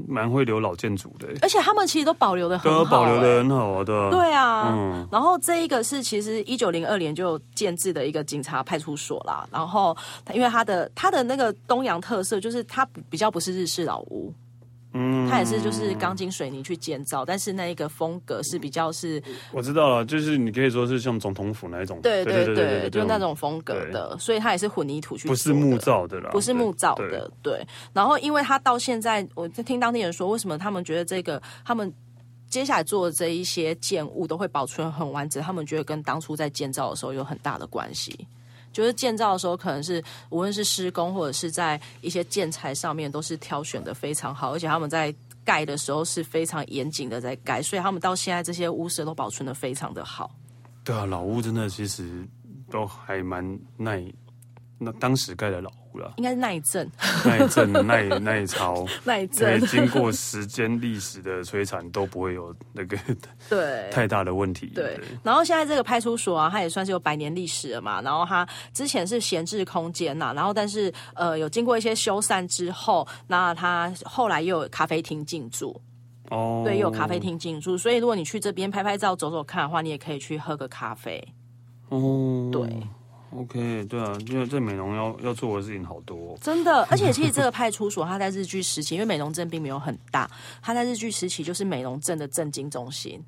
[SPEAKER 1] 蛮会留老建筑的，
[SPEAKER 2] 而且他们其实都保留的
[SPEAKER 1] 都
[SPEAKER 2] 很好、
[SPEAKER 1] 保留的
[SPEAKER 2] 哎
[SPEAKER 1] 很好啊，对啊，
[SPEAKER 2] 对啊，
[SPEAKER 1] 嗯
[SPEAKER 2] 然后这一个是其实一九零二年就建制的一个警察派出所啦。然后它因为它的它的那个东洋特色就是它不比较不是日式老屋，
[SPEAKER 1] 嗯
[SPEAKER 2] 它也是就是钢筋水泥去建造，但是那一个风格是比较是
[SPEAKER 1] 我知道了，就是你可以说是像总统府那一种，
[SPEAKER 2] 对对对就那种风格
[SPEAKER 1] 对
[SPEAKER 2] 的，所以它也是混凝土去
[SPEAKER 1] 不是
[SPEAKER 2] 做的
[SPEAKER 1] 木造的啦，啊
[SPEAKER 2] 不是木造
[SPEAKER 1] 对
[SPEAKER 2] 的，对。然后，因为他到现在，我就听当地人说，为什么他们觉得这个他们接下来做的这一些建物都会保存很完整，他们觉得跟当初在建造的时候有很大的关系。就是建造的时候，可能是无论是施工或者是在一些建材上面，都是挑选的非常好，而且他们在盖的时候是非常严谨的在盖，所以他们到现在这些屋舍都保存的非常的好。，
[SPEAKER 1] 对啊，老屋真的其实都还蛮耐，那当时盖的老屋啦
[SPEAKER 2] 应该是耐震，
[SPEAKER 1] 耐震、耐 耐潮，
[SPEAKER 2] 耐
[SPEAKER 1] 对
[SPEAKER 2] 震，，
[SPEAKER 1] 经过时间历史的摧残，都不会有那个
[SPEAKER 2] 对，
[SPEAKER 1] 太大的问题。
[SPEAKER 2] 对，然后现在这个派出所啊，它也算是有百年历史了嘛。然后它之前是闲置空间呐、然后但是呃有经过一些修缮之后，那它后来又有咖啡厅进驻，
[SPEAKER 1] 哦，
[SPEAKER 2] 对，又有咖啡厅进驻。所以如果你去这边拍拍照、走走看的话，你也可以去喝个咖啡。
[SPEAKER 1] 哦，
[SPEAKER 2] 对，
[SPEAKER 1] OK，对啊，因为在美容要要做的事情好多哦、
[SPEAKER 2] 真 的，而且其实这个派出所它在日据时期，因为美容镇并没有很大，它在日据时期就是美容镇的镇经中心。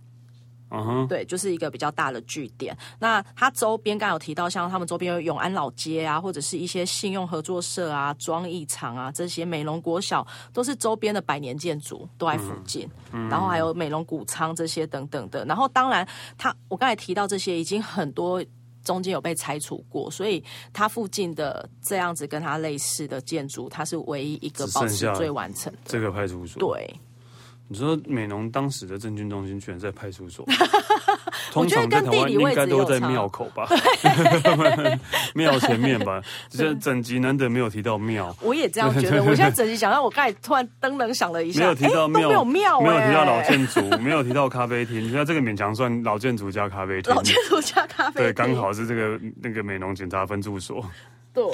[SPEAKER 1] 嗯哼，
[SPEAKER 2] 对，就是一个比较大的据点。那它周边刚刚有提到，像他们周边有永安老街啊，或者是一些信用合作社啊、庄益厂啊这些美容国小，都是周边的百年建筑都在附
[SPEAKER 1] 嗯
[SPEAKER 2] 近。然后还有美容谷仓这些等等的。然后当然它，我刚才提到这些已经很多。中间有被拆除过，所以它附近的这样子跟它类似的建筑，它是唯一一个
[SPEAKER 1] 只剩
[SPEAKER 2] 保持
[SPEAKER 1] 下
[SPEAKER 2] 最完整的。
[SPEAKER 1] 这个派出所。，
[SPEAKER 2] 对，
[SPEAKER 1] 你说美容当时的政军中心居然在派出 所，
[SPEAKER 2] 我
[SPEAKER 1] 通
[SPEAKER 2] 觉得
[SPEAKER 1] 常在
[SPEAKER 2] 跟
[SPEAKER 1] 台
[SPEAKER 2] 地
[SPEAKER 1] 湾
[SPEAKER 2] 理
[SPEAKER 1] 应
[SPEAKER 2] 位置
[SPEAKER 1] 该都
[SPEAKER 2] 有
[SPEAKER 1] 在
[SPEAKER 2] 差
[SPEAKER 1] 庙口 吧， 庙前面吧。这整集难得没有提到庙。
[SPEAKER 2] 我也这样觉得。我现在整集讲到，我刚才突然噔噔想了一下，
[SPEAKER 1] 没有提到
[SPEAKER 2] 诶都
[SPEAKER 1] 庙，
[SPEAKER 2] 没有庙、欸，
[SPEAKER 1] 没有提到老建筑， 没有提到咖啡厅，那这个勉强算老建筑加咖啡厅
[SPEAKER 2] 老。建筑加咖啡
[SPEAKER 1] 对，
[SPEAKER 2] 厅
[SPEAKER 1] 刚好是这个那个美容检察分驻所。
[SPEAKER 2] 对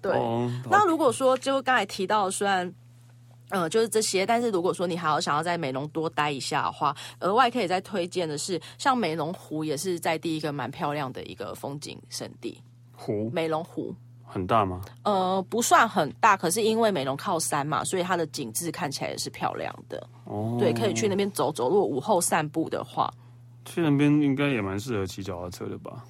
[SPEAKER 2] 对。
[SPEAKER 1] 哦，
[SPEAKER 2] 那如果说就刚才提到，虽然。呃，就是这些，但是如果说你还要想要在美容多待一下的话，额外可以再推荐的是，像美容湖也是在第一个蛮漂亮的一个风景胜地。
[SPEAKER 1] 湖
[SPEAKER 2] 美容湖，
[SPEAKER 1] 很大吗？
[SPEAKER 2] 呃，不算很大，可是因为美容靠山嘛，所以它的景致看起来也是漂亮的。
[SPEAKER 1] 哦，
[SPEAKER 2] 对，可以去那边走走，如果午后散步的话，
[SPEAKER 1] 去那边应该也蛮适合骑脚踏车的吧？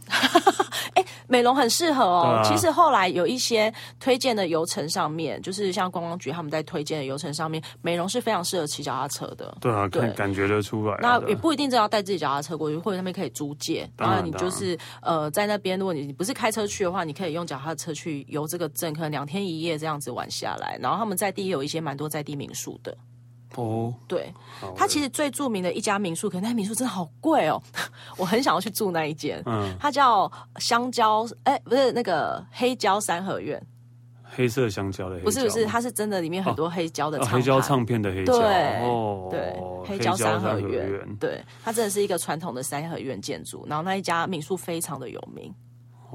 [SPEAKER 2] 美容很适合
[SPEAKER 1] 对
[SPEAKER 2] 哦。
[SPEAKER 1] 啊
[SPEAKER 2] 其实后来有一些推荐的游程上面，就是像观光局他们在推荐的游程上面，美容是非常适合骑脚踏车的。
[SPEAKER 1] 对啊，
[SPEAKER 2] 对
[SPEAKER 1] 看感觉得出来啊。
[SPEAKER 2] 那
[SPEAKER 1] 对啊
[SPEAKER 2] 也不一定真的要带自己脚踏车过去，或者那边可以租借。
[SPEAKER 1] 当然
[SPEAKER 2] 你就是呃，在那边，如果你你不是开车去的话，你可以用脚踏车去游这个镇，可能两天一夜这样子玩下来。然后他们在地也有一些蛮多在地民宿的，
[SPEAKER 1] 哦，
[SPEAKER 2] 对。
[SPEAKER 1] 好
[SPEAKER 2] 它其实最著名的一家民宿，可能那民宿真的好贵哦， 我很想要去住那一间。
[SPEAKER 1] 嗯，
[SPEAKER 2] 它叫香蕉，哎、不是那个黑椒三合院。
[SPEAKER 1] 黑色香蕉的黑胶吗，
[SPEAKER 2] 不是不是，它是真的里面很多黑胶的
[SPEAKER 1] 啊
[SPEAKER 2] 唱、
[SPEAKER 1] 黑胶唱片的黑胶，
[SPEAKER 2] 对
[SPEAKER 1] 哦，
[SPEAKER 2] 对，黑胶
[SPEAKER 1] 胶
[SPEAKER 2] 三合
[SPEAKER 1] 合
[SPEAKER 2] 院，对，它真的是一个传统的三合院建筑。然后那一家民宿非常的有名，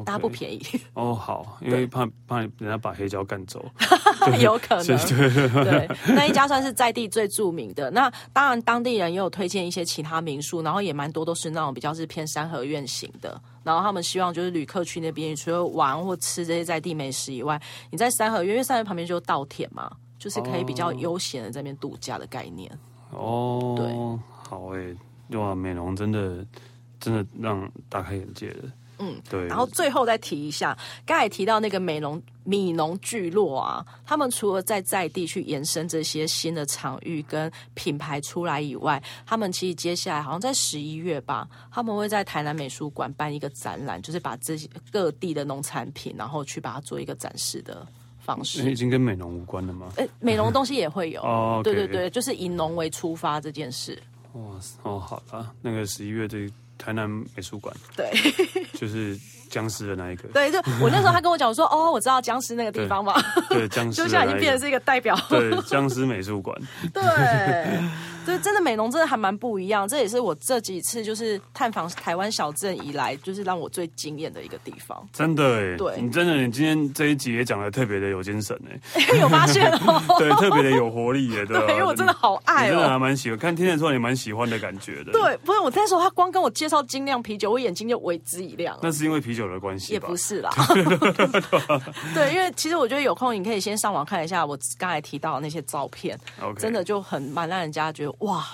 [SPEAKER 2] 大家不
[SPEAKER 1] 宜
[SPEAKER 2] 便宜，
[SPEAKER 1] 哦，好，因为怕怕人家把黑胶干走，
[SPEAKER 2] 有可能
[SPEAKER 1] 是对，
[SPEAKER 2] 对，那一家算是在地最著名的。那当然，当地人也有推荐一些其他民宿，然后也蛮多都是那种比较是偏山河院型的。然后他们希望就是旅客去那边，除了玩或吃这些在地美食以外，你在三合院，因为三合院旁边就是稻田嘛，就是可以比较悠闲的在那边度假的概念。
[SPEAKER 1] 哦，
[SPEAKER 2] 对，
[SPEAKER 1] 好诶，哇，美容真的真的让大开眼界了，嗯，对，
[SPEAKER 2] 然后最后再提一下，刚才提到那个美容米农聚落啊，他们除了在在地去延伸这些新的场域跟品牌出来以外，他们其实接下来好像在十一月吧，他们会在台南美术馆办一个展览，就是把这些各地的农产品，然后去把它做一个展示的方
[SPEAKER 1] 因为
[SPEAKER 2] 式
[SPEAKER 1] 已。经跟美容无关了吗？
[SPEAKER 2] 诶，美容东西也会有，
[SPEAKER 1] 哦，OK
[SPEAKER 2] 对对对，就是以农为出发这件事，
[SPEAKER 1] 哇塞，哦，好啦，那个十一月的台南美术馆
[SPEAKER 2] 对。
[SPEAKER 1] 就是僵尸的那 一个，
[SPEAKER 2] 对，就我那时候他跟我讲说，哦，我知道僵尸那个地方嘛，
[SPEAKER 1] 对，僵尸
[SPEAKER 2] 就
[SPEAKER 1] 的
[SPEAKER 2] 现在已
[SPEAKER 1] 那
[SPEAKER 2] 经
[SPEAKER 1] 一
[SPEAKER 2] 变
[SPEAKER 1] 个
[SPEAKER 2] 成是一个代表。
[SPEAKER 1] 对僵尸美术 馆，。
[SPEAKER 2] 对，所以真的美浓真的还蛮不一样，这也是我这几次就是探访台湾小镇以来，就是让我最惊艳的一个地方
[SPEAKER 1] 真的哎，
[SPEAKER 2] 对
[SPEAKER 1] 你真的你今天这一集也讲的特别 的有精神 哎，
[SPEAKER 2] 有发现哦？
[SPEAKER 1] 对，特别的有活力耶，对吧？
[SPEAKER 2] 对，因为我真的好爱
[SPEAKER 1] 你真的啊
[SPEAKER 2] 哦。
[SPEAKER 1] 还蛮喜欢，看听得出来你蛮喜欢的感觉的。，
[SPEAKER 2] 对，不是我那时候他光跟我介绍精酿啤酒，我眼睛就为之一亮了。
[SPEAKER 1] 那是因为啤酒的关系
[SPEAKER 2] 也
[SPEAKER 1] 吧？
[SPEAKER 2] 不 是啦， 对，因为其实我觉得有空你可以先上网看一下我刚才提到的那些照片
[SPEAKER 1] OK
[SPEAKER 2] 真的就很蛮让人家觉得哇，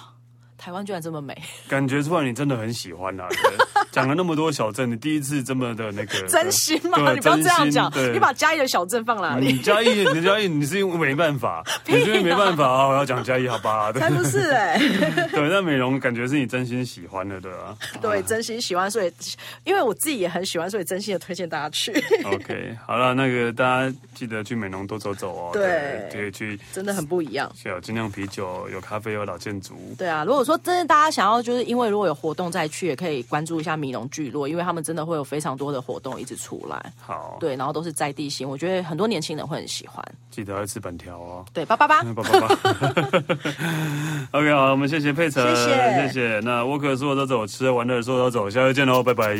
[SPEAKER 2] 台湾居然这么美，
[SPEAKER 1] 感觉出来你真的很喜欢啊。 对讲了那么多小镇，你第一次这么的那个
[SPEAKER 2] 真心吗？
[SPEAKER 1] 对
[SPEAKER 2] 你不要这样
[SPEAKER 1] 真心
[SPEAKER 2] 讲
[SPEAKER 1] 对，嗯
[SPEAKER 2] 你把嘉义的小镇放哪里？
[SPEAKER 1] 你嘉义，你嘉义，你是因为没办 法，你是因为没办法啊！我要讲嘉义，好吧？对
[SPEAKER 2] 才 不是哎、
[SPEAKER 1] 对，那美容感觉是你真心喜欢的，对 吧
[SPEAKER 2] 对，真心喜欢，所以因为我自己也很喜欢，所以真心的推荐大家 去。
[SPEAKER 1] ？OK，好了，那个大家记得去美容多走走哦。
[SPEAKER 2] 对
[SPEAKER 1] 可以去
[SPEAKER 2] 真的很不一样。
[SPEAKER 1] 有精酿啤酒，有咖啡，有老建筑。
[SPEAKER 2] 对啊，如果说真的大家想要，就是因为如果有活动再去，也可以关注一下米龙聚落，因为他们真的会有非常多的活动一直出来。
[SPEAKER 1] 好，
[SPEAKER 2] 对，然后都是在地性，我觉得很多年轻人会很喜欢。
[SPEAKER 1] 记得要吃板条哦。
[SPEAKER 2] 对，八八八，
[SPEAKER 1] 八八八。OK，好，我们谢谢佩晨，
[SPEAKER 2] 谢谢
[SPEAKER 1] 谢谢那沃克说走走，吃喝玩乐说走走，下回见喽，拜拜。